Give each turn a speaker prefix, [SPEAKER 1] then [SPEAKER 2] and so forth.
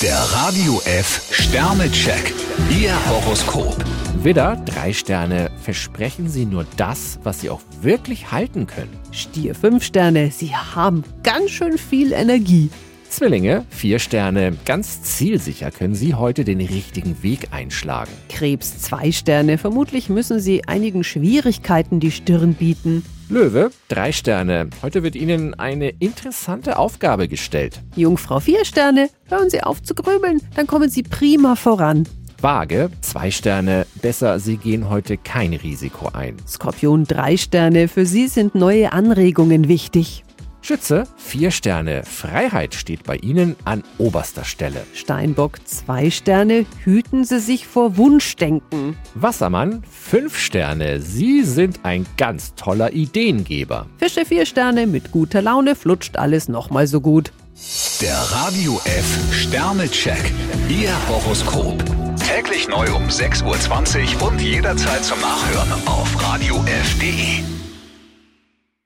[SPEAKER 1] Der Radio F Sternecheck. Ihr Horoskop.
[SPEAKER 2] Widder, drei Sterne, versprechen Sie nur das, was Sie auch wirklich halten können.
[SPEAKER 3] Stier 5 Sterne, Sie haben ganz schön viel Energie.
[SPEAKER 2] Zwillinge, vier Sterne, ganz zielsicher können Sie heute den richtigen Weg einschlagen.
[SPEAKER 3] Krebs 2 Sterne, vermutlich müssen Sie einigen Schwierigkeiten die Stirn bieten.
[SPEAKER 2] Löwe, drei Sterne, heute wird Ihnen eine interessante Aufgabe gestellt.
[SPEAKER 3] Jungfrau 4 Sterne, hören Sie auf zu grübeln, dann kommen Sie prima voran.
[SPEAKER 2] Waage, zwei Sterne, besser Sie gehen heute kein Risiko ein.
[SPEAKER 3] Skorpion 3 Sterne, für Sie sind neue Anregungen wichtig.
[SPEAKER 2] Schütze, vier Sterne, Freiheit steht bei Ihnen an oberster Stelle.
[SPEAKER 3] Steinbock 2 Sterne, hüten Sie sich vor Wunschdenken.
[SPEAKER 2] Wassermann, fünf Sterne, Sie sind ein ganz toller Ideengeber.
[SPEAKER 3] Fische 4 Sterne, mit guter Laune flutscht alles nochmal so gut.
[SPEAKER 1] Der Radio F Sternecheck. Ihr Horoskop. Täglich neu um 6.20 Uhr und jederzeit zum Nachhören auf